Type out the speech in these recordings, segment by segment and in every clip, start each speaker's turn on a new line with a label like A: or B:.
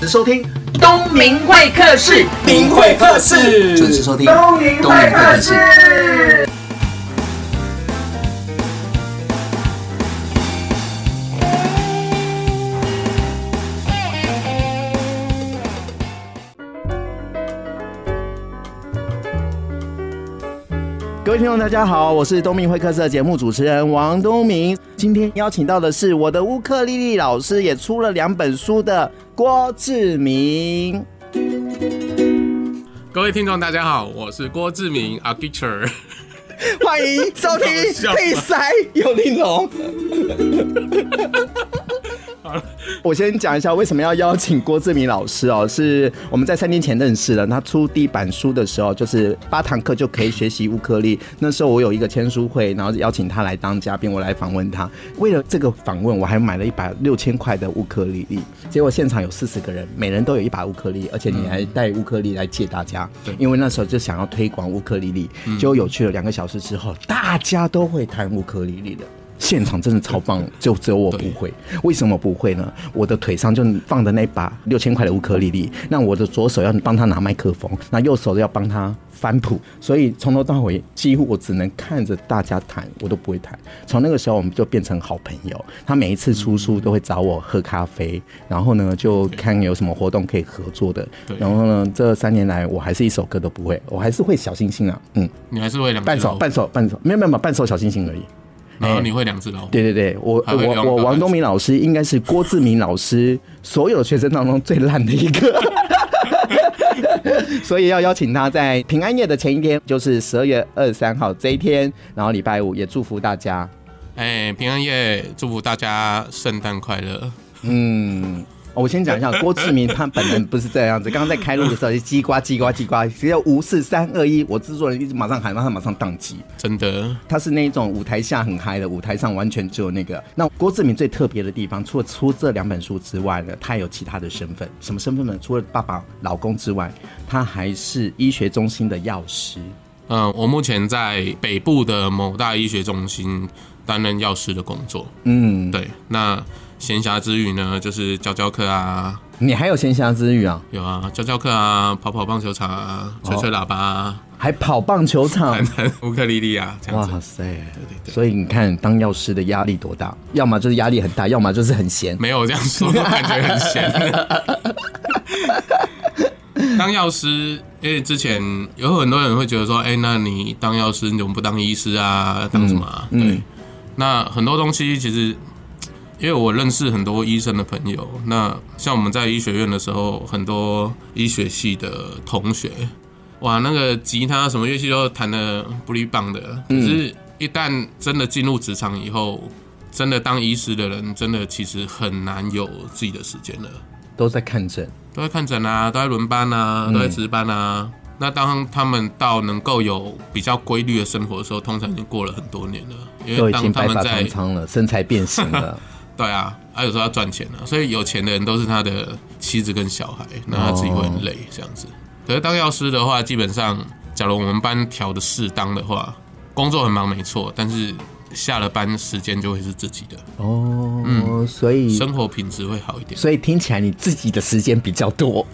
A: 时收听东明会客室，
B: 明会客室
C: 准时收听
A: 东明会客室。各位听众，大家好，我是东明会客室的节目主持人王东明。今天邀请到的是我的乌克丽丽老师，也出了两本书的郭志明。
B: 各位听众，大家好，我是郭志明 a r c h i t e r
A: 欢迎收听
B: 好
A: 《
B: 笑啊
A: 配塞有玲珑》。我先讲一下为什么要邀请郭志明老师哦，是我们在三年前认识的。他出第一版书的时候，就是八堂课就可以学习乌克丽。那时候我有一个签书会，然后邀请他来当嘉宾，我来访问他。为了这个访问，我还买了一把六千块的乌克丽丽。结果现场有四十个人，每人都有一把乌克丽，而且你还带乌克丽来借大家，
B: 对
A: 因为那时候就想要推广乌克丽丽。结果有趣了，两个小时之后，大家都会弹乌克丽丽了。现场真的超棒，就只有我不会。为什么不会呢？我的腿上就放的那把六千块的乌克丽丽，那我的左手要帮他拿麦克风，那右手要帮他翻谱，所以从头到尾几乎我只能看着大家弹，我都不会弹。从那个时候我们就变成好朋友，他每一次出书都会找我喝咖啡，然后呢就看有什么活动可以合作的。
B: 对
A: 然后呢，这三年来我还是一首歌都不会，我还是会小星星啊，嗯，
B: 你还是会两
A: 半
B: 只
A: 首
B: 老虎，
A: 半首半首，没有没有没有半首小星星而已。
B: 然后你会两只老虎，
A: 对对对，我
B: 还会
A: 我
B: 用
A: 我
B: 到
A: 王
B: 半
A: 东明老师应该是郭志明老师所有的学生当中最烂的一个， 所以要邀请他在平安夜的前一天，就是十二月二十三号这一天，然后礼拜五也祝福大家。
B: 哎，平安夜，祝福大家圣诞快乐。
A: 嗯，哦我先讲一下郭志明他本人不是这样子，刚刚在开录的时候就叽呱叽呱叽呱，只要五四三二一，我制作人一直马上喊，让他马上宕机。
B: 真的，
A: 他是那一种舞台下很嗨的，舞台上完全只有那个。那郭志明最特别的地方，除了出这两本书之外呢，他还有其他的身份。什么身份呢？除了爸爸、老公之外，他还是医学中心的药师。
B: 嗯，我目前在北部的某大医学中心担任药师的工作。
A: 嗯，
B: 对，那闲暇之余呢，就是教教课啊，
A: 你还有闲暇之余啊，
B: 有啊，教教课啊，跑跑棒球场啊，吹吹喇叭啊，
A: 还跑棒球场
B: 弹。 弹乌克丽丽啊，这样
A: 哇
B: 子。
A: 塞！
B: 对对
A: 所以你看，当药师的压力多大？要么就是压力很大，要么就是很闲。
B: 没有这样说，感觉 很闲。当药师，因为之前有很多人会觉得说，哎、那你当药师，你怎么不当医师啊？当什么、啊？对、
A: 嗯
B: 那很多东西其实，因为我认识很多医生的朋友，那像我们在医学院的时候，很多医学系的同学，哇，那个吉他什么乐器都弹的不离棒的，可
A: 嗯
B: 是，一旦真的进入职场以后，真的当医师的人，真的其实很难有自己的时间了，
A: 都在看诊。
B: 都在看诊啊，都在轮班
A: 嗯
B: 啊，都在值班啊。那当他们到能够有比较规律的生活的时候，通常已经过了很多年了，因
A: 都
B: 为
A: 已经
B: 当他
A: 白
B: 们
A: 发
B: 在
A: 苍苍了，身材变形 了，
B: 对啊，他、有时候要赚钱啊，所以有钱的人都是他的妻子跟小孩，那他自己会很累这样
A: 哦
B: 子。可是当药师的话，基本上，假如我们班调的适当的话，工作很忙没错，但是下了班时间就会是自己的，
A: 哦，
B: 嗯
A: 所以
B: 生活品质会好一点。
A: 所以听起来你自己的时间比较多，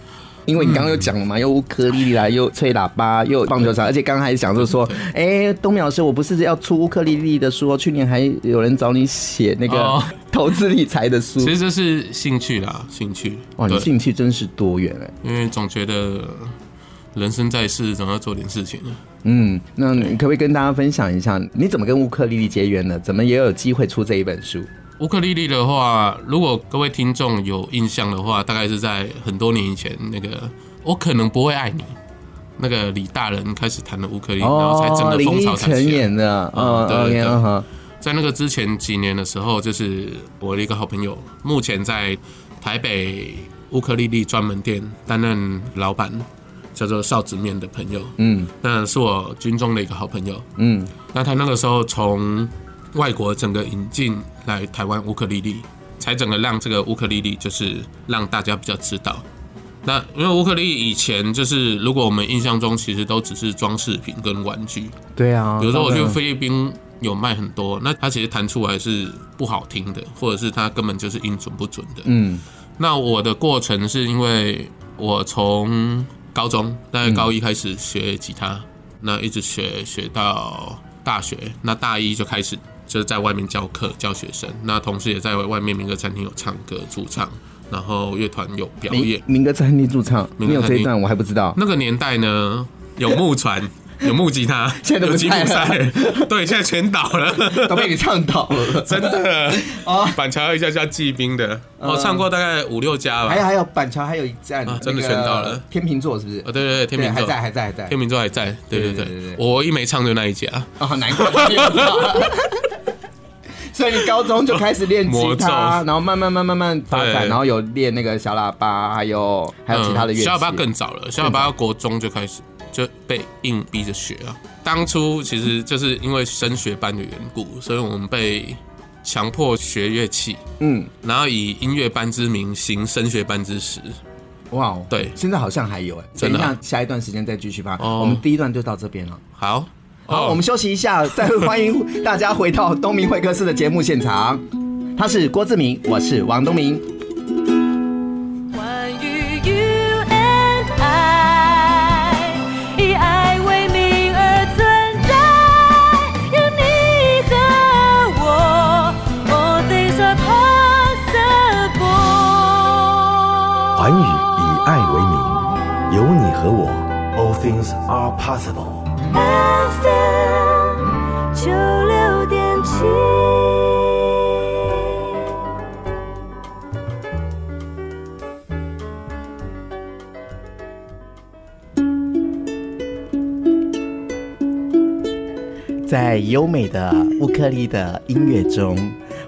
A: 因为你刚刚又讲了嘛，又乌克丽丽啦，又吹喇叭，又棒球场，而且刚刚还讲就是说，哎，东明老师，我不是要出乌克丽丽的书哦，去年还有人找你写那个
B: 哦
A: 投资理财的书
B: 其，实这是兴趣啦，嗯兴趣。
A: 哇，你
B: 对，
A: 兴趣真是多元哎。
B: 因为总觉得人生在世，总要做点事情啊。
A: 嗯，那你可不可以跟大家分享一下，你怎么跟乌克丽丽结缘的？怎么也有机会出这一本书？
B: 乌克丽丽的话，如果各位听众有印象的话，大概是在很多年以前，那个我可能不会爱你，那个李大人开始弹了乌克丽，丽，然后才整个
A: 林
B: 风
A: 依
B: 潮才
A: 晨
B: 起来。
A: 演的，嗯
B: 嗯对
A: ，OK，
B: 对
A: 嗯哼，
B: 在那个之前几年的时候，就是我的一个好朋友，目前在台北乌克丽丽专门店担任老板，叫做臊子面的朋友，
A: 嗯
B: 那是我军中的一个好朋友。
A: 嗯，
B: 那他那个时候从外国整个引进来台湾乌克丽丽，才整个让这个乌克丽丽就是让大家比较知道。那因为乌克丽丽以前就是，如果我们印象中其实都只是装饰品跟玩具，
A: 对啊，
B: 比如说我去
A: 当然
B: 菲律宾有卖很多，那它其实弹出来是不好听的，或者是它根本就是音准不准的。
A: 嗯
B: 那我的过程是因为我从高中大概高一开始学吉他，那一直学学到大学，那大一就开始就是在外面教课教学生，那同时也在外面民歌餐厅有唱歌驻唱，然后乐团有表演
A: 民。民歌餐厅驻唱，
B: 民
A: 你
B: 歌
A: 有
B: 餐
A: 这
B: 厅
A: 一段我还不知道。
B: 那个年代呢，有木船，有木吉他，
A: 现在都
B: 有
A: 不
B: 吉普
A: 在
B: 赛
A: 了，
B: 对，现在全倒了。
A: 都被你唱倒 了。
B: 真的
C: 哦
B: 板桥一家叫纪兵的，我唱过大概五六家吧
C: 还有。还有板桥还有一站
B: 啊，真的全到了。
C: 天秤座是不是
B: 啊，？对对对，天
C: 对，
B: 秤
C: 还
B: 座
C: 在还在还在。
B: 天秤座还在，对对
C: 对
B: 对
C: 对对对
B: 我唯一没唱就那一家，
C: 哦，难怪他没有到。
A: 所以你高中就开始练吉
B: 魔咒
A: 他，然后慢慢慢慢慢慢发展，
B: 对
A: 然后有练那个小喇叭，还有还有其他的乐器。
B: 嗯小喇叭更早了，小喇叭国中就开始就被硬逼着学啊。当初其实就是因为升学班的缘故，所以我们被强迫学乐器，
A: 嗯，
B: 然后以音乐班之名行升学班之实。
A: 哇哦，
B: 对
A: 现在好像还有哎，等一
B: 真的啊
A: 下下一段时间再继续吧。
B: 哦
A: 我们第一段就到这边了，
B: 好，
A: 好，哦我们休息一下，再欢迎大家回到东明会客室的节目现场。他是郭志明，我是王东明。
D: 关于 You and I，以爱为名而存在，有你和我，All things are possible。
E: 环宇以爱为名，有你和我，All things are possible。
D: FM 九六点七。
A: 在优美的乌克丽的音乐中，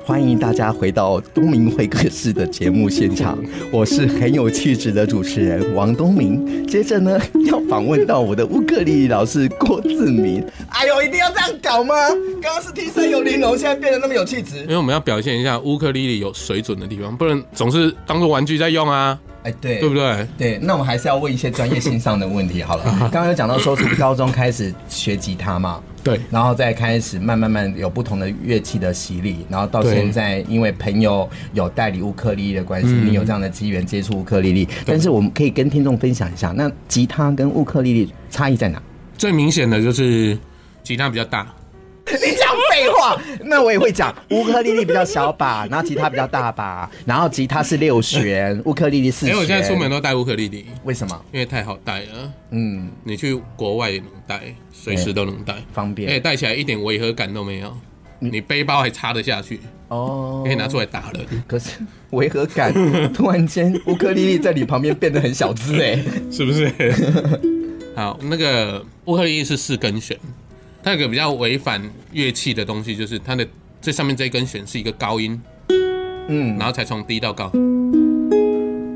A: 欢迎大家回到东明会客室的节目现场。我是很有气质的主持人王东明。接着呢，要访问到我的乌克丽老师郭志明。哎呦，一定要这样搞吗？刚刚是天生有玲珑，现在变得那么有气质
B: 因。为我们要表现一下乌克丽丽有水准的地方，不能总是当做玩具在用啊，
A: 哎，对，
B: 对不对？
A: 对，那我还是要问一些专业性上的问题好了。 刚刚有讲到说从高中开始学吉他嘛，
B: 对
A: 然后再开始慢慢慢有不同的乐器的洗礼，然后到
B: 对嗯
A: 现在，因为朋友有代理乌克丽丽的关系，你有这样的机缘接触乌克丽丽。但是我们可以跟听众分享一下，那吉他跟乌克丽丽差异在 哪？
B: 最明显的就是吉他比较大，
A: 你讲废话，那我也会讲。乌克丽丽比较小把，然后吉他比较大把，然后吉他是六弦，乌克丽丽四
B: 因
A: 弦。
B: 为我现在出门都带乌克丽丽，
A: 为什么？
B: 因为太好带了，
A: 嗯，
B: 你去国外也能带，随时都能带，
A: 方
B: 而且
A: 便嗯
B: 带起来一点违和感都没有，你背包还插得下去，
A: 哦
B: 可以拿出来打人，
A: 可是违和感，突然间乌克丽丽在你旁边变得很小资 哎、
B: 是不是？好，那个乌克丽丽是四根弦，它有个比较违反乐器的东西，就是它的最上面这一根弦是一个高音，
A: 嗯，
B: 然后才从低到高。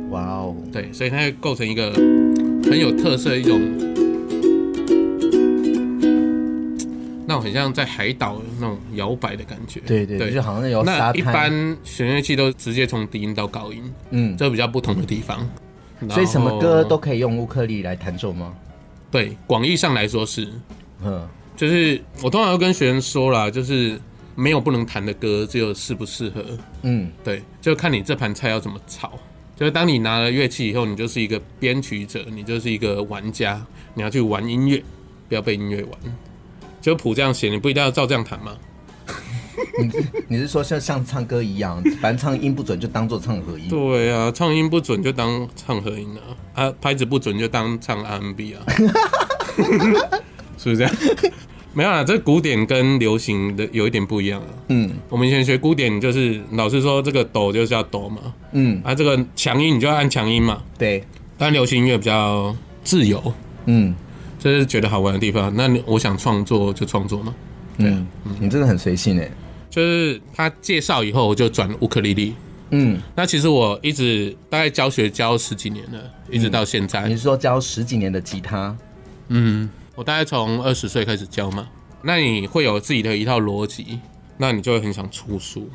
A: 哇哦，
B: 对，所以它会构成一个很有特色的一种，那种很像在海岛那种摇摆的感觉。
A: 对对就好像在摇沙
B: 那
A: 滩
B: 一般弦乐器都直接从低音到高音，
A: 嗯，
B: 这比较不同的地方。
A: 所以什么歌
B: 然后
A: 都可以用乌克丽丽来弹奏吗？
B: 对，广义上来说是，
A: 嗯，
B: 就是我通常会跟学生说啦，就是没有不能弹的歌，只有适不适合。
A: 嗯，
B: 对，就看你这盘菜要怎么炒。就是当你拿了乐器以后，你就是一个编曲者，你就是一个玩家，你要去玩音乐，不要被音乐玩。就谱这样写，你不一定要照这样弹嘛。
A: 你是说像像唱歌一 样，反正唱音不准就当做唱和音，
B: 对啊，唱音不准就当唱和音啊，啊拍子不准就当唱 R&B 啊， 是不是这样？没有啊，这古典跟流行的有一点不一样啊。
A: 嗯
B: 我们以前学古典就是老师说这个抖就是要抖嘛，
A: 嗯，
B: 啊这个强音你就要按强音嘛，
A: 对，
B: 但流行音乐比较自由，
A: 嗯
B: 这是觉得好玩的地方。那你我想创作就创作嘛，啊
A: 嗯，你真的很随性哎、
B: 就是他介绍以后我就转乌克丽丽。
A: 嗯，
B: 那其实我一直大概教学教十几年了，一直到现在。
A: 你是说教十几年的吉他？
B: 嗯，我大概从二十岁开始教嘛，那你会有自己的一套逻辑，那你就会很想出书。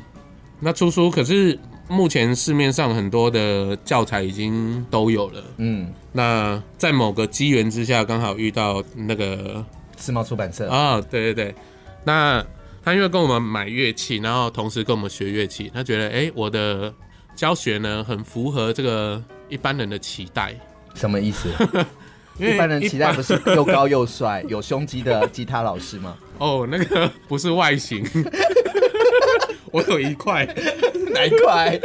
B: 那出书可是目前市面上很多的教材已经都有了，
A: 嗯，
B: 那在某个机缘之下，刚好遇到那个
A: 世贸出版社，
B: 啊、对对对，那他因为跟我们买乐器，然后同时跟我们学乐器，他觉得哎、诶我的教学呢很符合这个一般人的期待，
A: 什么意思？
B: 因为
A: 一般人期待
B: 般
A: 不是又高又帅、有胸肌的吉他老师 吗？
B: 哦，那个不是外形， 我有一块，
A: 难怪，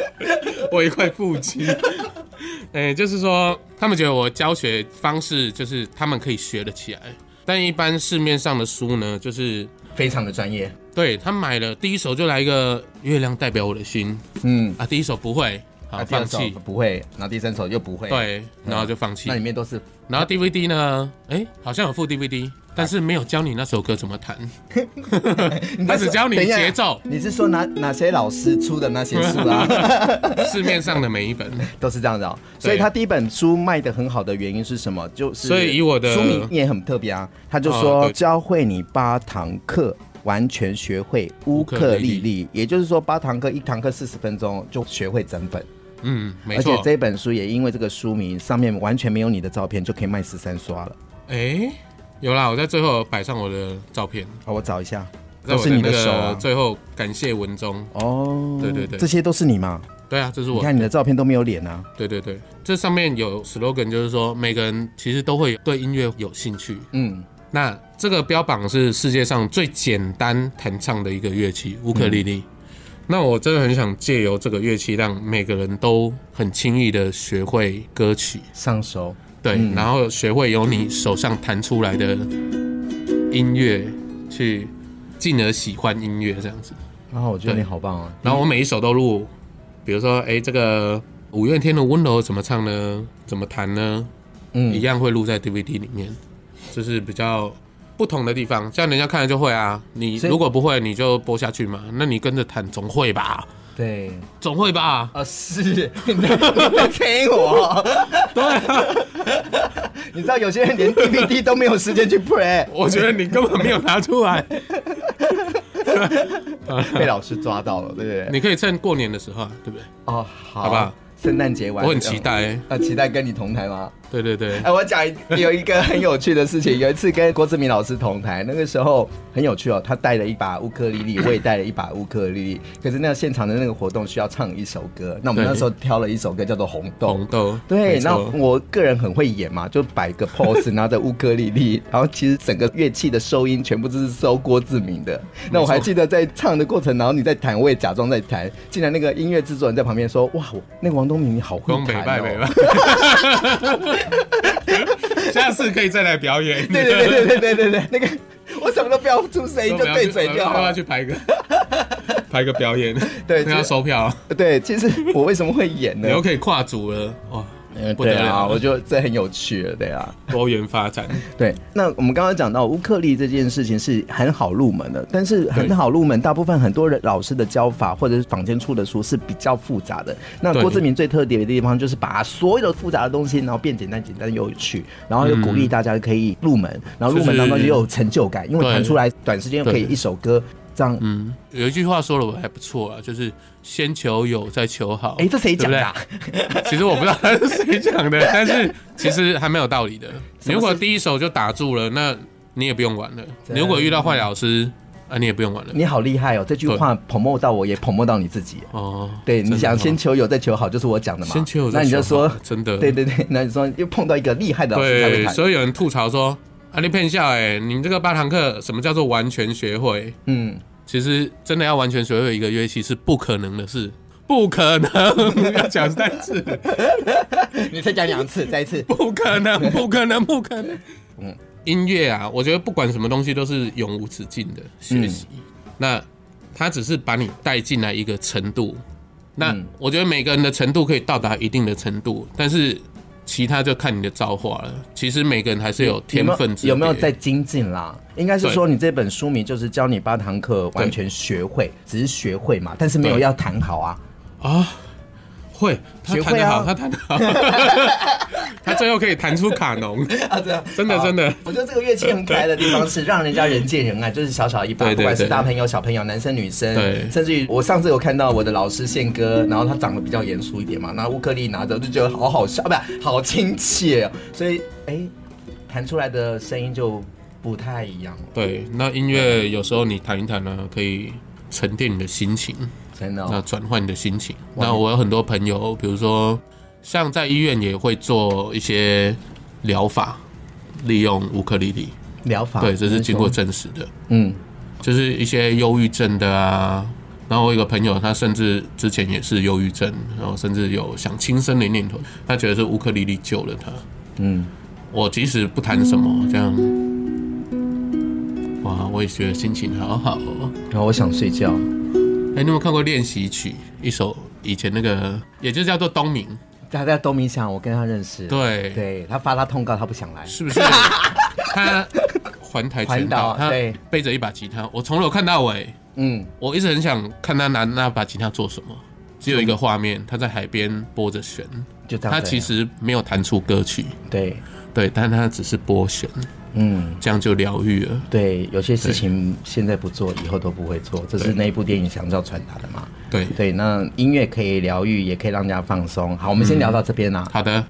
B: 我有一块腹肌。 哎、就是说，他们觉得我教学方式就是他们可以学得起来，但一般市面上的书呢，就是
A: 非常的专业。
B: 对他买了第一首就来一个月亮代表我的心
A: 嗯，
B: 啊，第一首不会，
A: 那
B: 好
A: 啊第二
B: 啊放
A: 首
B: 弃，
A: 不会，然后第三首又不会。，
B: 对，然后就放弃
A: 那。里面都是
B: 然后 DVD 呢，哎、好像有附 DVD，但是没有教你那首歌怎 么弹，他只教你
A: 等一下
B: 节奏，
A: 你是说哪哪些老师出的那些书啊？
B: 市面上的每一本。
A: 都是这样子哦。所以他第一本书卖的很好的原因是什么？就是
B: 所以以我的
A: 书名也很特别啊，他就说、
B: 哦对
A: 教会你八堂课。完全学会乌克丽
B: 乌克丽
A: 丽，也就是说八堂课，一堂课四十分钟就学会整本，
B: 嗯，没
A: 而且
B: 错。
A: 这本书也因为这个书名上面完全没有你的照片，就可以卖十三刷了。
B: 哎、有啦，我在最后摆上我的照片，
A: 好，我找一下，
B: 在
A: 都
B: 我
A: 是你
B: 那
A: 的手
B: 个
A: 啊。
B: 最后感谢文中。
A: 哦，
B: 对对对
A: 这些都是你吗？
B: 对啊，这是
A: 你
B: 我。
A: 看你的照片都没有脸啊。
B: 对对对，这上面有 slogan，就是说每个人其实都会对音乐有兴趣。
A: 嗯，
B: 那这个标榜是世界上最简单弹唱的一个乐器——乌克丽丽。
A: 嗯
B: 那我真的很想借由这个乐器，让每个人都很轻易的学会歌曲，
A: 上手。
B: 对，
A: 嗯
B: 然后学会由你手上弹出来的音乐去，进而喜欢音乐这样子。
A: 然后我觉得
B: 对
A: 你好棒啊。
B: 然后我每一首都录，比如说，哎、这个五月天的《温柔》怎么唱呢？怎么弹呢？
A: 嗯
B: 一样会录在 DVD 里面，就是比较不同的地方，这样人家看了就会啊。你
A: 所以
B: 如果不会，你就播下去嘛。那你跟着弹总会吧，
A: 对，
B: 总会吧。
A: 啊，是，你在你在催我。对你知道有些人连 DVD 都没有时间去 play，
B: 我觉得你根本没有拿出来，
A: 被老师抓到了，对不对？
B: 你可以趁过年的时候啊，对不对？
A: 哦，好，
B: 好不好？
A: 圣诞节完，
B: 我很期待。
A: 呃。呃，期待跟你同台吗？
B: 对对对
A: 哎、，我讲一有一个很有趣的事情，有一次跟郭志明老师同台，那个时候很有趣哦，他带了一把乌克丽丽，我也带了一把乌克丽丽，可是那个现场的那个活动需要唱一首歌，那我们
B: 对
A: 那时候挑了一首歌叫做《红豆》，
B: 红豆。
A: 对，
B: 没
A: 那
B: 错
A: 我个人很会演嘛，就摆个 pose，拿着乌克丽丽，然后其实整个乐器的收音全部都是收郭志明的。那我还记得在唱的过程，然后你在弹，我也假装在弹，竟然那个音乐制作人在旁边说：“哇，我那个王东明你好会
B: 东北
A: 弹
B: 拜北
A: 哦
B: 拜。 下次可以再来表演。”
A: 对对对对对对对对，那个我什么都不要出 声音，就对嘴就
B: 要不
A: 好
B: 要。去 排个排个表演？
A: 对
B: 那要收票，
A: 对，其实我为什么会演呢
B: 你？又可以跨组了，哇，
A: 嗯
B: 不得
A: 对啊，
B: 了，
A: 我觉得这很有趣了，对啊。
B: 多元发展。
A: 对，那我们刚刚讲到乌克丽这件事情是很好入门的，但是很好入门，大部分很多人老师的教法或者是坊间出的书是比较复杂的。那
B: 对
A: 郭志明最特别的地方就是把所有的复杂的东西，然后变简单、简单又有趣，然后又鼓励大家可以入门，然后入门当中也有成就感，因为
B: 对
A: 弹出来短时间可以一首歌这样。
B: 嗯，有一句话说的我还不错啊，就是先求有，再求好。
A: 哎，这谁讲的啊？
B: 对不对 其实我不知道他是谁讲的， 但是其实还蛮有道理的。
A: 么
B: 如果第一手就打住了，那你也不用玩了。
A: 真的
B: 如果遇到坏老师，啊，你也不用玩了。
A: 你好厉害哦！这句话捧墨到我，也捧墨到你自己。
B: 哦，
A: 对，
B: 真的
A: 你想
B: 哦
A: 先求有再求好，就是我讲的嘛。
B: 先求有再求
A: 那
B: 好
A: 你就说
B: 真的
A: 对对对，那你说又碰到一个厉害的老师才会
B: 对，
A: 弹。
B: 所以有人吐槽说：“啊，你骗笑哎、你们这个八堂课什么叫做完全学会？
A: 嗯，
B: 其实真的要完全学会一个乐器是不可能的事，不可能， 要讲三次，
A: 你再讲两次，再一次。
B: 不可 能，不可能，不可能。”嗯，音乐啊，我觉得不管什么东西都是永无止境的学习。
A: 嗯
B: 那它只是把你带进来一个程度。那
A: 嗯
B: 我觉得每个人的程度可以到达一定的程度，但是其他就看你的造化了。其实每个人还是有天分之
A: 有没有有没有
B: 别
A: 在精进啦？应该是说你这本书名就是教你八堂课完全学会，只是学会嘛，但是没有
B: 对
A: 要弹好 啊。
B: 啊，会，他
A: 学
B: 弹
A: 会
B: 得好，
A: 啊
B: 他弹得好， 他最后可以弹出卡 农，
A: 啊，这样
B: 真的
A: 好
B: 真的
A: 我觉得这个乐器很可爱的地方是让人家人见人爱，就是小小一把，
B: 对对
A: 不管是
B: 对
A: 大朋友、小朋友、男生、女生，
B: 对
A: 甚至于我上次有看到我的老师宪哥，然后他长得比较严肃一点嘛，那乌克丽拿着就觉得好好笑，啊不是好亲切哦，所以哎，弹出来的声音就不太一样了。
B: 啊对，那音乐有时候你弹一弹呢，可以沉淀你的心情，
A: 真的、
B: 那
A: 哦，
B: 转换你的心情。那我有很多朋友，比如说像在医院也会做一些疗法，利用乌克丽丽，
A: 疗法
B: 对，这是经过
A: 真的
B: 证实的，
A: 啊嗯，
B: 就是一些忧郁症的啊。然后我有个朋友，他甚至之前也是忧郁症，然后甚至有想轻生的念头，他觉得是乌克丽丽救了他。
A: 嗯，
B: 我即使不谈什么，这样，哇，我也觉得心情好好哦。
A: 然后我想睡觉，
B: 哎、你有没有看过练习曲？一首以前那个，也就叫做东明，
A: 大家都冥想，我跟他认识，
B: 对
A: 对他发他通告，他不想来，
B: 是不是？他环台全岛，
A: 环岛
B: 他
A: 对
B: 背着一把吉他，我从头看到尾，
A: 嗯，
B: 我一直很想看他拿那把吉他做什么。只有一个画面，他在海边拨着弦，
A: 就这样子。
B: 他其实没有弹出歌曲，
A: 对，
B: 对，但他只是拨弦，
A: 嗯，
B: 这样就疗愈了。
A: 对，有些事情现在不做，以后都不会做，这是那一部电影想要传达的嘛。
B: 对，
A: 对，那音乐可以疗愈，也可以让人家放松。好，我们先聊到这边啊啦、
B: 好的，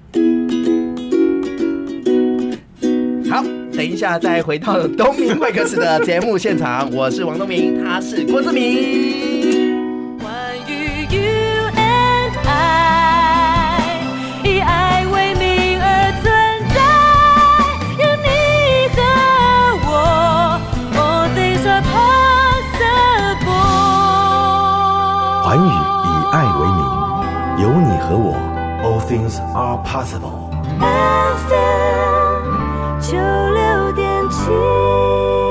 A: 好，等一下再回到东明会客室的节目现场，我是王东明，他是郭志明。
D: 关于 you and I，以爱为名而存在，有你和我，All things are possible。
E: 环宇以爱为名，有你和我，All things are possible。
D: FM 九六点七。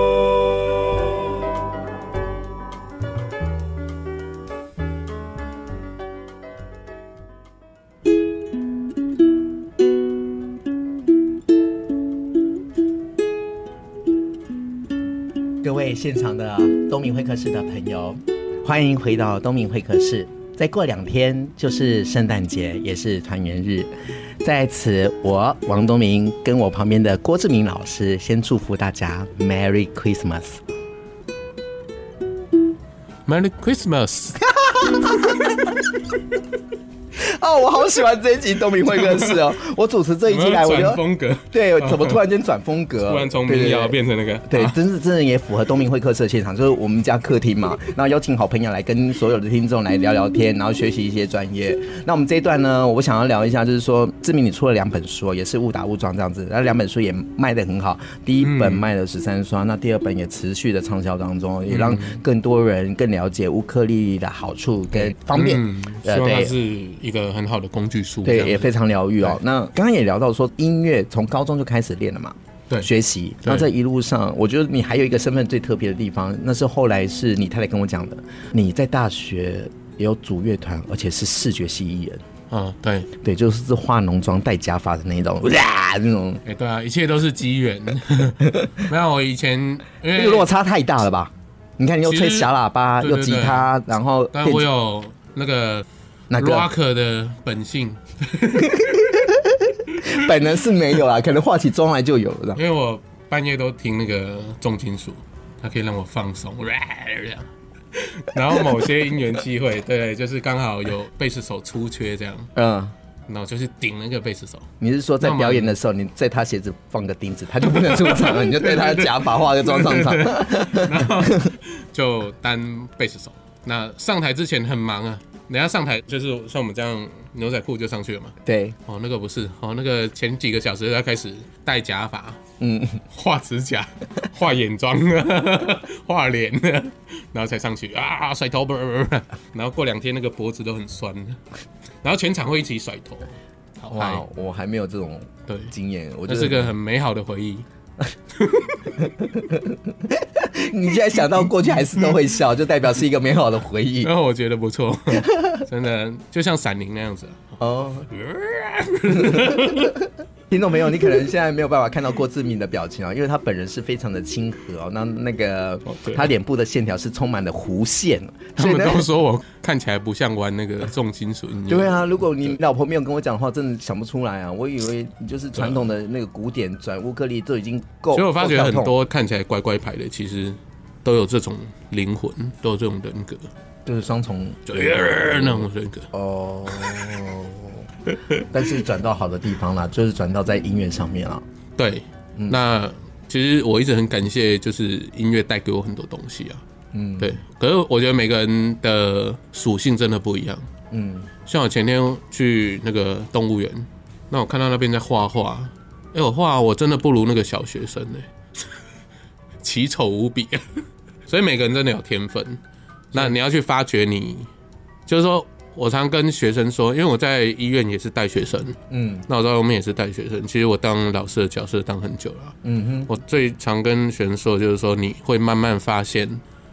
A: 各位现场的东明会客室的朋友，欢迎回到东明会客室。再过两天就是圣诞节，也是团圆日，在此我王东明跟我旁边的郭志明老师先祝福大家 Merry Christmas。
B: Merry Christmas。
A: 哦，我好喜欢这一集东明会客室哦！我主持这一集来，我觉得
B: 格，
A: 对，怎么突然间转风格？
B: 突然从
A: 对对
B: 民谣
A: 对
B: 变成那个？
A: 对，
B: 啊
A: 真是真的也符合东明会客室的现场，就是我们家客厅嘛，然后邀请好朋友来跟所有的听众来聊聊天，然后学习一些专业。那我们这一段呢，我想要聊一下，就是说志明你出了两本书，也是误打误撞这样子，那两本书也卖得很好，第一
B: 嗯
A: 本卖了十三刷，那第二本也持续的畅销当中，也
B: 嗯
A: 让更多人更了解乌克丽丽的好处跟方便。
B: 嗯，
A: 呃
B: 希望它
A: 对
B: 是一个很好的工具书，这样
A: 对，
B: 子
A: 也非常疗愈哦。那刚刚也聊到说，音乐从高中就开始练了嘛，
B: 对
A: 学习。
B: 对
A: 那这一路上，我觉得你还有一个身份最特别的地方，那是后来是你太太跟我讲的，你在大学也有组乐团，而且是视觉系艺人，
B: 嗯，对，哎、
A: 对，就是化浓妆戴假发的那 种，哇，那种，
B: 对啊，一切都是 机缘。没有，我以前因
A: 那
B: 为
A: 个落差太大了吧？你看，你又
B: 其
A: 吹
B: 实
A: 小喇叭，
B: 对对
A: 又吉他，然后
B: 但
A: 电
B: 我
A: 吉
B: 有那个
A: 哪个
B: rock 的本性，
A: 本人是没有啦，可能化起妆来就有了
B: 因。为我半夜都听那个重金属，它可以让我放松。 然后某些因缘机会，对，就是刚好有贝斯手出缺这样，
A: 嗯，
B: 那我就去顶那个贝斯手。
A: 你是说在表演的时候，你在他鞋子放个钉子，他就不能出场 了？你就对他的假发化个妆上场。
B: 然后就当贝斯手。那上台之前很忙啊，人家上台就是像我们这样牛仔裤就上去了嘛。
A: 对，
B: 哦，那个不是，哦，那个前几个小时要开始戴假发、
A: 嗯，
B: 画指甲、画眼妆、 画脸，然后才上去啊，甩头，不不不不然后过两天那个脖子都很酸，然后全场会一起甩头，好
A: 哇
B: 嗨，，
A: 我还没有这种
B: 对，
A: 经验，我觉得
B: 这哎是个很美好的回忆。
A: 你现在想到过去还是都会笑，就代表是一个美好的回 忆
B: 然后哦我觉得不错，真的就像闪灵那样子啊、
A: 哦。听众朋友，你可能现在没有办法看到郭志明的表情哦，因为他本人是非常的亲和哦，那那个
B: 哦对
A: 他脸部的线条是充满了弧线，
B: 他
A: 所以
B: 们
A: 呢
B: 都说我看起来不像玩那个重金属音乐。
A: 对，啊，如果你老婆没有跟我讲的话，真的想不出来啊。我以为你就是传统的那个古典转乌克丽都已经够。
B: 所以我发觉
A: 够跳
B: 很
A: 痛，
B: 多看起来乖乖牌的，其实都有这种灵魂，都有这种人格，
A: 就是双重
B: 就呃那种人格。
A: 哦。但是转到好的地方啦，就是转到在音乐上面啦。
B: 对，那其实我一直很感谢，就是音乐带给我很多东西啊。嗯，对。可是我觉得每个人的属性真的不一样。
A: 嗯，
B: 像我前天去那个动物园，那我看到那边在画画，哎、我画我真的不如那个小学生呢、 奇丑无比。 所以每个人真的有天分，那你要去发掘你，就是说我常跟学生说，因为我在医院也是带学生，
A: 嗯，
B: 那我在外面也是带学生，其实我当老师的角色当很久了，啊
A: 嗯哼，
B: 我最常跟学生说的就是说，你会慢慢发现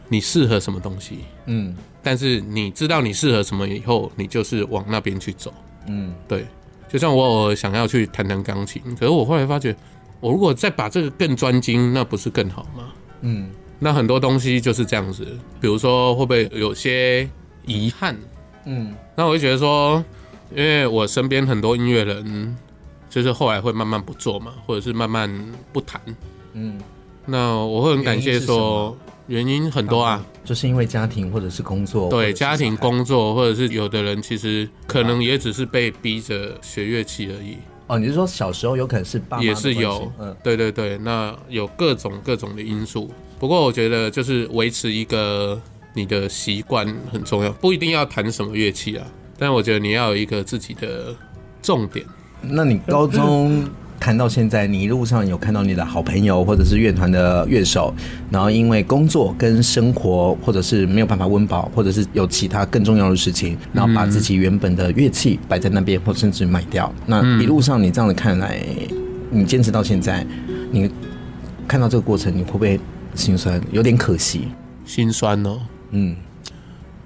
B: 你适合什么东西，
A: 嗯
B: 但是你知道你适合什么以后，你就是往那边去走。
A: 嗯，
B: 对，就像我偶尔想要去弹弹钢琴，可是我后来发觉，我如果再把这个更专精，那不是更好吗？
A: 嗯，
B: 那很多东西就是这样子，比如说会不会有些遗憾？
A: 嗯，
B: 那我就觉得说，因为我身边很多音乐人，就是后来会慢慢不做嘛，或者是慢慢不弹。
A: 嗯，
B: 那我会很感谢说，原因很多啊，
A: 就是因为家庭或者是工作，或者
B: 对
A: 是
B: 家庭、工作，或者是有的人其实可能也只是被逼着学乐器而已，
A: 哦，你是说小时候有可能是爸妈的
B: 也是有
A: 关系嗯，
B: 对对对，那有各种各种的因素。不过我觉得就是维持一个你的习惯很重要，不一定要弹什么乐器啊，但我觉得你要有一个自己的重点。
A: 那你高中谈到现在，你一路上有看到你的好朋友或者是乐团的乐手，然后因为工作跟生活，或者是没有办法温饱，或者是有其他更重要的事情，然后把自己原本的乐器摆在那边，或甚至卖掉。那
B: 嗯
A: 一路上你这样的看来，你坚持到现在，你看到这个过程，你会不会心酸？有点可惜。
B: 心酸哦。
A: 嗯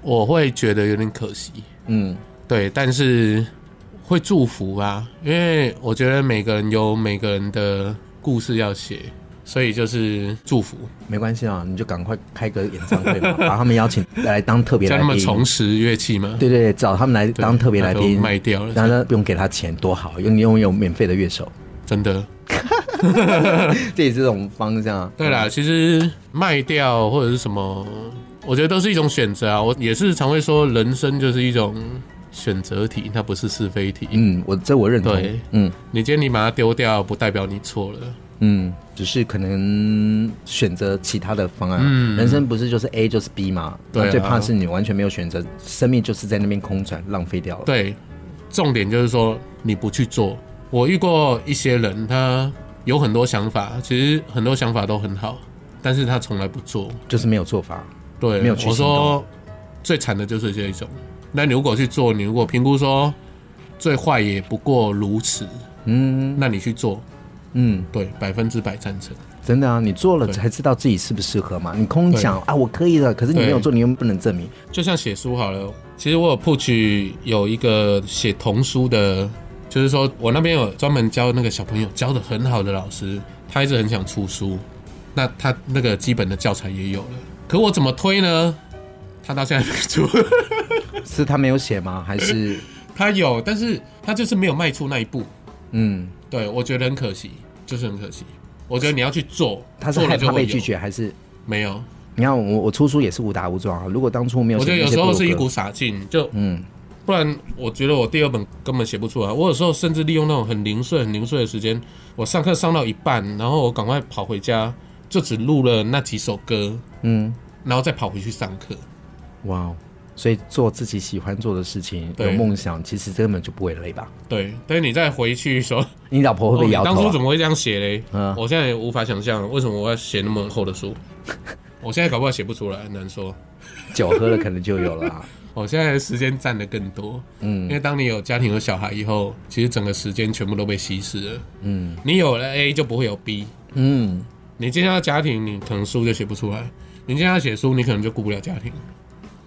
B: 我会觉得有点可惜，
A: 嗯
B: 对，但是会祝福啊，因为我觉得每个人有每个人的故事要写，所以就是祝福，
A: 没关系啊，你就赶快开个演唱会嘛，把他们邀请来当特别
B: 叫
A: 来
B: 他们
A: 宾。
B: 重拾乐器嘛。
A: 对对对，找他们来当特别来
B: 那
A: 宾，
B: 都卖掉了
A: 然后不用给他钱，多好，因为你拥有免费的乐 手，
B: 真的，
A: 这也是这种方向啊。
B: 对啦，其实卖掉或者是什么，我觉得都是一种选择啊。我也是常会说，人生就是一种选择题，它不是是非题。
A: 嗯，我这我认同。
B: 对
A: 嗯
B: 你今天你把它丢掉，不代表你错了。
A: 嗯，只是可能选择其他的方案。啊
B: 嗯
A: 人生不是就是 A 就是 B 嘛？
B: 对啊
A: 那最怕是你完全没有选择，生命就是在那边空转，浪费掉了。，
B: 对，重点就是说你不去做。我遇过一些人，他有很多想法，其实很多想法都很好，但是他从来不做。
A: 就是没有做法。
B: 对，
A: 没有去
B: 我
A: 行动
B: 说最惨的就是这一种。那你如果去做，你如果评估说最坏也不过如此，
A: 嗯
B: 那你去做，
A: 嗯，
B: 对，百分之百赞成。
A: 真的啊，你做了
B: 对
A: 才知道自己适不适合嘛。你空讲啊，我可以的，可是你没有
B: 对
A: 做，你又不能证明。
B: 就像写书好了，其实我有 push 有一个写童书的，就是说我那边有专门教那个小朋友教的很好的老师，他一直很想出书，那他那个基本的教材也有了，可我怎么推呢？他到现在没出，
A: 是他没有写吗？还是
B: 他有，但是他就是没有迈出那一步。
A: 嗯，
B: 对我觉得很可惜，就是很可惜。我觉得你要去做，
A: 他是
B: 做
A: 害
B: 了就
A: 怕
B: 会
A: 被
B: 有
A: 拒，绝还是？
B: 没有。
A: 你看我我出书也是误打误撞啊，如果当初没有
B: 我
A: 写
B: 觉得
A: 那
B: 有
A: 些
B: 时
A: 部落格，
B: 候是一股傻劲，就
A: 嗯
B: 不然我觉得我第二本根本写不出来。我有时候甚至利用那种很零碎、很零碎的时间，我上课上到一半，然后我赶快跑回家，就只录了那几首歌，
A: 嗯，
B: 然后再跑回去上课。
A: 哇哦！所以做自己喜欢做的事情，有
B: 对
A: 梦想，其实根本就不会累吧？
B: 对，但是你再回去说，
A: 你老婆会不
B: 哦
A: 会
B: 你
A: 摇
B: 当
A: 头、
B: 初怎
A: 啊？
B: 么会这样写嘞？
A: 嗯
B: 我现在也无法想象为什么我要写那么厚的书。我现在搞不好写不出来，很难说。
A: 酒喝了可能就有了、 啊。
B: 我哦现在的时间占的更多，因
A: 嗯
B: 为当你有家庭有小孩以后，其实整个时间全部都被稀释了。
A: 嗯
B: 你有了 A 就不会有 B，
A: 嗯，
B: 你今天要家庭，你可能书就写不出来；你今天要写书，你可能就顾不了家庭。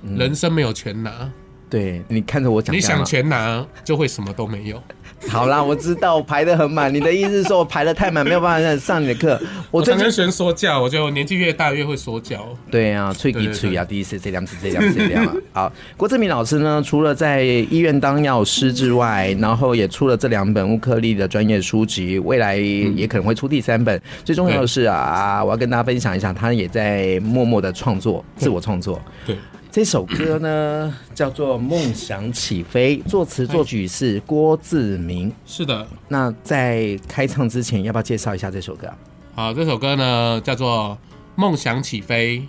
A: 嗯
B: 人生没有全拿，
A: 对你看着我讲
B: 你
A: 这样
B: 想
A: 啊，
B: 全拿就会什么都没有。
A: 好啦，我知道我排的很满。你的意思是说我排的太满，没有办法上你的课？我
B: 我
A: 最
B: 常
A: 近
B: 跟学生说教，我觉得我年纪越大越会说教。
A: 对啊，吹
B: 对
A: 一
B: 对
A: 吹啊，第一次这两次这两次这样 啊。好，郭志明老师呢，除了在医院当药师之外，然后也出了这两本乌克丽的专业书籍，未来也可能会出第三本。最重要的是啊，我要跟大家分享一下，他也在默默的创作，自我创作。
B: 对，
A: 这首歌呢叫做《梦想起飞》，作词作曲是郭志明。
B: 是的。
A: 那在开唱之前，要不要介绍一下这首歌啊？
B: 好，这首歌呢叫做《梦想起飞》，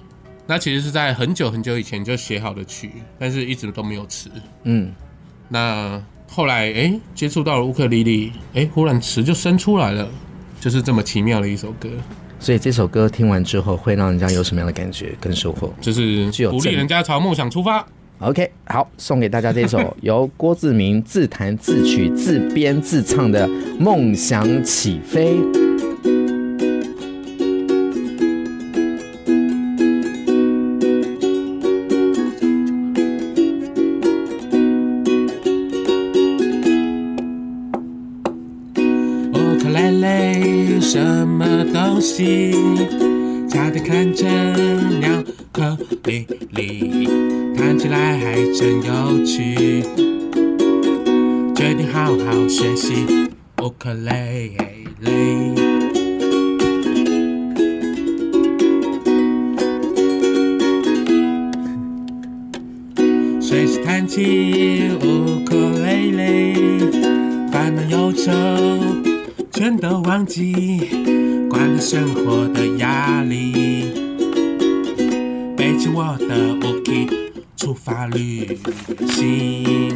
B: 那其实是在很久很久以前就写好的曲，但是一直都没有词。
A: 嗯，
B: 那后来哎、诶接触到了乌克丽丽，哎、忽然词就生出来了，就是这么奇妙的一首歌，
A: 所以这首歌听完之后会让人家有什么样的感觉跟收获
B: 就是
A: 具有
B: 鼓
A: 正
B: 励人家朝梦想出发。
A: ？OK，好，送给大家这首由郭志明自弹自曲、自编自唱的《梦想起飞》。
B: 乌克兰嘞，什么东西？家的看着鸟壳里里，看起来还真有趣。决定好好学习乌克丽丽。随时弹起乌克丽丽，烦恼忧愁全都忘记，管了生活的压力，背起我的 OK，出发旅行。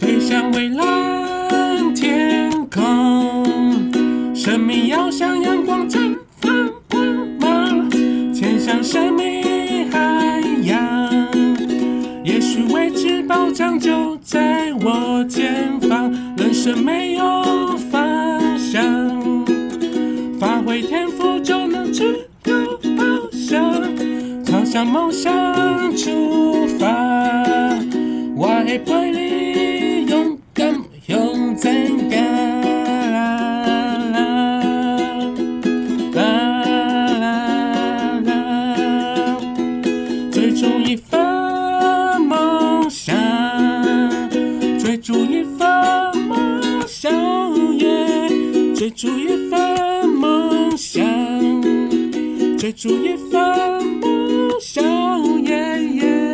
B: 飞向蔚蓝天空，生命要像阳光绽放光芒，潜向生命海洋。也许未知保障就在我前方，人生没有方向，发挥天赋就能去到翱翔，朝向梦想出发。我会陪你勇敢向前赶。啦啦啦追逐一份梦想，追逐一份梦想，耶！追逐一份梦想，追逐一份梦想，耶耶。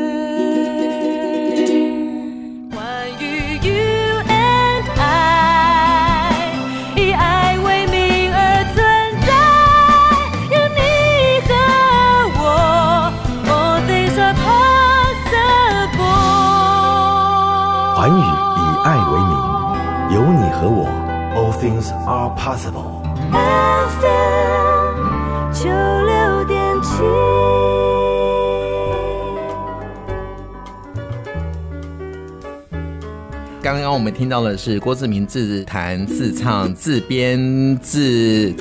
D: 关于 you and I，以爱为名而存在，有你和我，All things are possible。
E: 环宇以爱为名，有你和我，All things are possible。
D: FM 九六点七。
A: 刚刚我们听到的是郭志明自弹自唱、自编自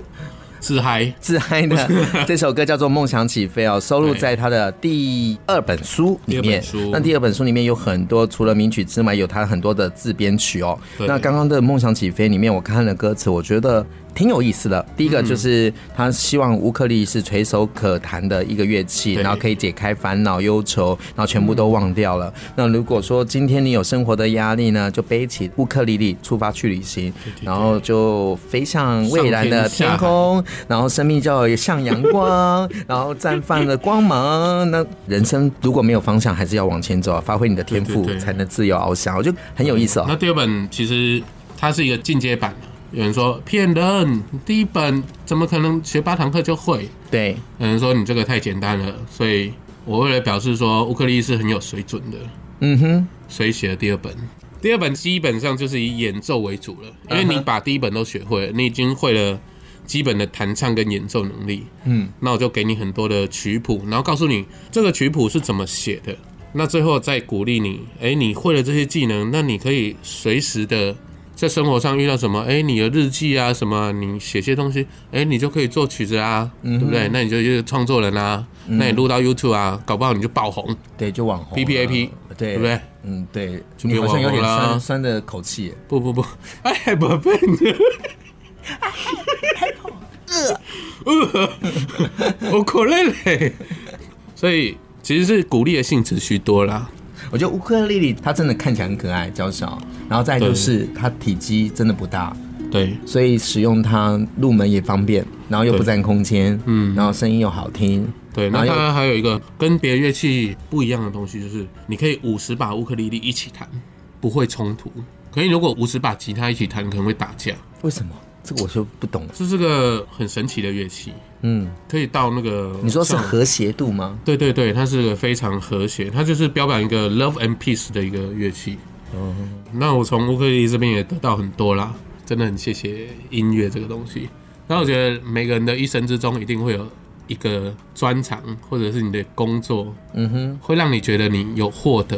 B: 自嗨，
A: 自嗨 的这首歌叫做《梦想起飞》哦，收录在他的第二本书里面。
B: 第二本书
A: 那第二本书里面有很多，除了名曲之外，有他很多的自编曲哦。
B: 对
A: 那刚刚的《梦想起飞》里面，我看了歌词，我觉得挺有意思的。第一
B: 嗯
A: 个就是他希望乌克丽是垂手可弹的一个乐器，
B: 对嗯
A: 然后可以解开烦恼、忧愁，然后全部都忘掉了。那如果说今天你有生活的压力呢，就背起乌克丽丽出发去旅行，然后就飞向蔚蓝的
B: 上天下
A: 天
B: 海
A: 空。空，然后生命就要像阳光，然后绽放了光芒。那人生如果没有方向，还是要往前走啊，发挥你的天赋
B: 对对对
A: 才能自由翱翔。我觉得很有意思
B: 那
A: 哦。
B: 第二本其实它是一个进阶版，有人说骗人，第一本怎么可能学八堂课就会？
A: 对，
B: 有人说你这个太简单了，所以我为了表示说乌克丽是很有水准的，
A: 嗯哼，
B: 所以写了第二本。第二本基本上就是以演奏为主了，因为你把第一本都学会了，你已经会了基本的弹唱跟演奏能力。嗯，那我就给你很多的曲谱，然后告诉你这个曲谱是怎么写的。那最后再鼓励你，哎、你会了这些技能，那你可以随时的在生活上遇到什么，哎、你的日记啊什么啊，你写些东西，哎、你就可以做曲子啊，对不对？那你就就是创作人啊，那你录到 YouTube 啊，搞不好你就爆红。
A: 对，就网红啊
B: PPAP
A: 对，
B: 对不对？
A: 嗯，对，
B: 就
A: 你
B: 变
A: 好像有点
B: 网红啦
A: 酸酸的口气耶。
B: 不不不，哎，宝 贝，哦我口累嘞。所以其实是鼓励的性质许多啦，
A: 我觉得乌克丽丽她真的看起来很可爱、娇小，然后再来就是她体积真的不大，
B: 对
A: 所以使用它入门也方便，然后又不
B: 对
A: 占空间，嗯，然后声音又好听，
B: 对。
A: 然
B: 那
A: 后又
B: 它还有一个跟别的乐器不一样的东西，就是你可以五十把乌克丽丽一起弹，不会冲突。可是如果五十把吉他一起弹，可能会打架。
A: 为什么？这个我就不懂了。
B: 这是个很神奇的乐器，
A: 嗯，
B: 可以到那个
A: 你说是
B: 像
A: 和谐度吗？
B: 对对对，它是个非常和谐，它就是标榜一个 love and peace 的一个乐器。哦，那我从乌克丽丽这边也得到很多啦，真的很谢谢音乐这个东西。那我觉得每个人的一生之中一定会有一个专长，或者是你的工作，嗯哼，会让你觉得你有获得，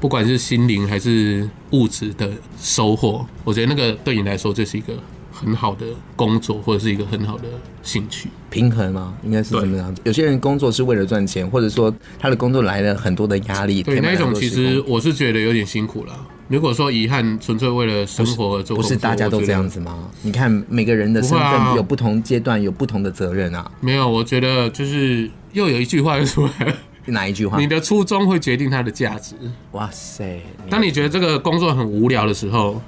B: 不管是心灵还是物质的收获。我觉得那个对你来说就是一个很好的工作，或者是一个很好的兴趣。
A: 平衡吗？应该是怎么样？有些人工作是为了赚钱，或者说他的工作来了很多的压力，
B: 对
A: 填满了
B: 那种
A: 很多
B: 其
A: 时
B: 实
A: 空
B: 我是觉得有点辛苦了。如果说遗憾纯粹为了生活而做
A: 不
B: 工作，
A: 是大家都这样
B: 子。
A: 子吗？你看每个人的身
B: 不会啊
A: 份有不同阶段，有不同的责任啊。
B: 没有，我觉得就是又有一句话 又出来了，
A: 哪一句话
B: 你？的初衷会决定它的价值。
A: 哇塞！你
B: 当你觉得这个工作很无聊的时候，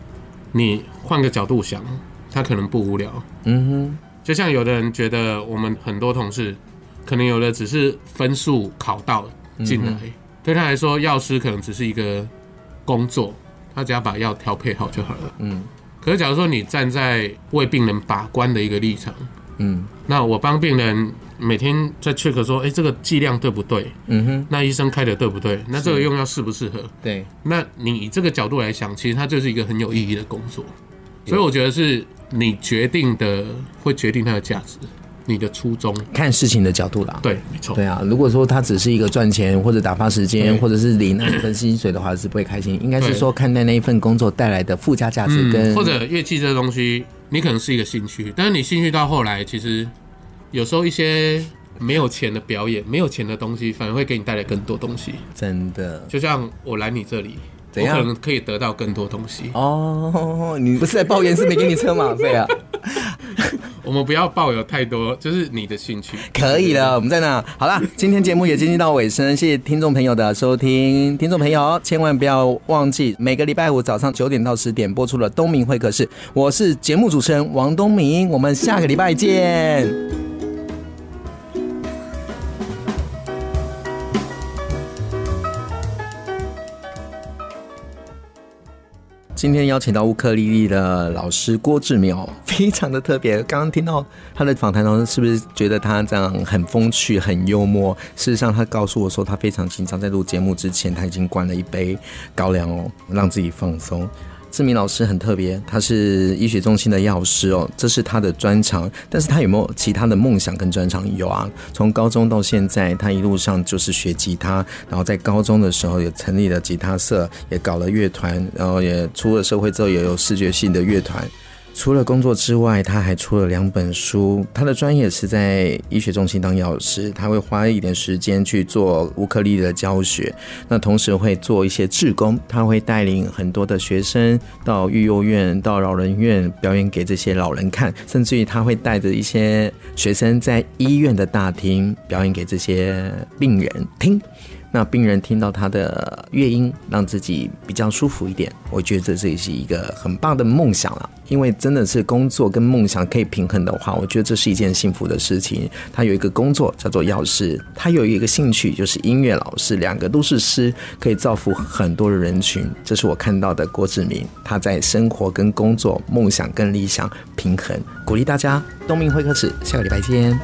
B: 你换个角度想，它可能不无聊。
A: 嗯
B: 就像有的人觉得我们很多同事，可能有的只是分数考到进
A: 嗯
B: 来，对他来说，药师可能只是一个工作，他只要把药调配好就好了。嗯。可是假如说你站在为病人把关的一个立场，
A: 哼，嗯
B: 那我帮病人每天在 check 说，哎、这个剂量对不对？
A: 嗯哼，
B: 那医生开的对不对？那这个用药适不适合？
A: 对，
B: 那你以这个角度来想，其实它就是一个很有意义的工作，所以我觉得是你决定的会决定它的价值，你的初衷。
A: 看事情的角度啦。
B: 对，没错
A: 对。啊，如果说他只是一个赚钱或者打发时间，
B: 对
A: 或者是领那一份薪水的话，是不会开心。应该是
B: 对
A: 说看待那一份工作带来的附加价值跟
B: 嗯，或者乐器这东西，你可能是一个兴趣，但是你兴趣到后来，其实有时候一些没有钱的表演、没有钱的东西，反而会给你带来更多东西。
A: 真的
B: 就像我来你这里，
A: 怎
B: 我
A: 样
B: 可能可以得到更多东西。
A: 哦，你不是在抱怨是没给你车马费啊？
B: 我们不要抱有太多，就是你的兴趣。
A: 可以了，我们在那。好啦，今天节目也接近到尾声，谢谢听众朋友的收听。听众朋友千万不要忘记，每个礼拜五早上九点到十点播出了东明会客室，我是节目主持人王东明，我们下个礼拜见。今天邀请到乌克丽丽的老师郭志淼，非常的特别。刚刚听到他的访谈当中，是不是觉得他这样很风趣、很幽默？事实上，他告诉我说，他非常紧张，在录节目之前，他已经灌了一杯高粱哦，让自己放松。志明老师很特别，他是医学中心的药师哦，这是他的专长。但是他有没有其他的梦想跟专长？有啊，从高中到现在，他一路上就是学吉他，然后在高中的时候也成立了吉他社，也搞了乐团，然后也出了社会之后也有视觉性的乐团。除了工作之外，他还出了两本书。他的专业是在医学中心当药师，他会花一点时间去做乌克丽丽的教学，那同时会做一些志工，他会带领很多的学生到育幼院、到老人院表演给这些老人看，甚至于他会带着一些学生在医院的大厅表演给这些病人听。那病人听到他的乐音，让自己比较舒服一点，我觉得这也是一个很棒的梦想了。因为真的是工作跟梦想可以平衡的话，我觉得这是一件幸福的事情。他有一个工作叫做药师，他有一个兴趣就是音乐老师，两个都是师，可以造福很多的人群。这是我看到的郭志明，他在生活跟工作、梦想跟理想平衡，鼓励大家。东明会客室，下个礼拜见。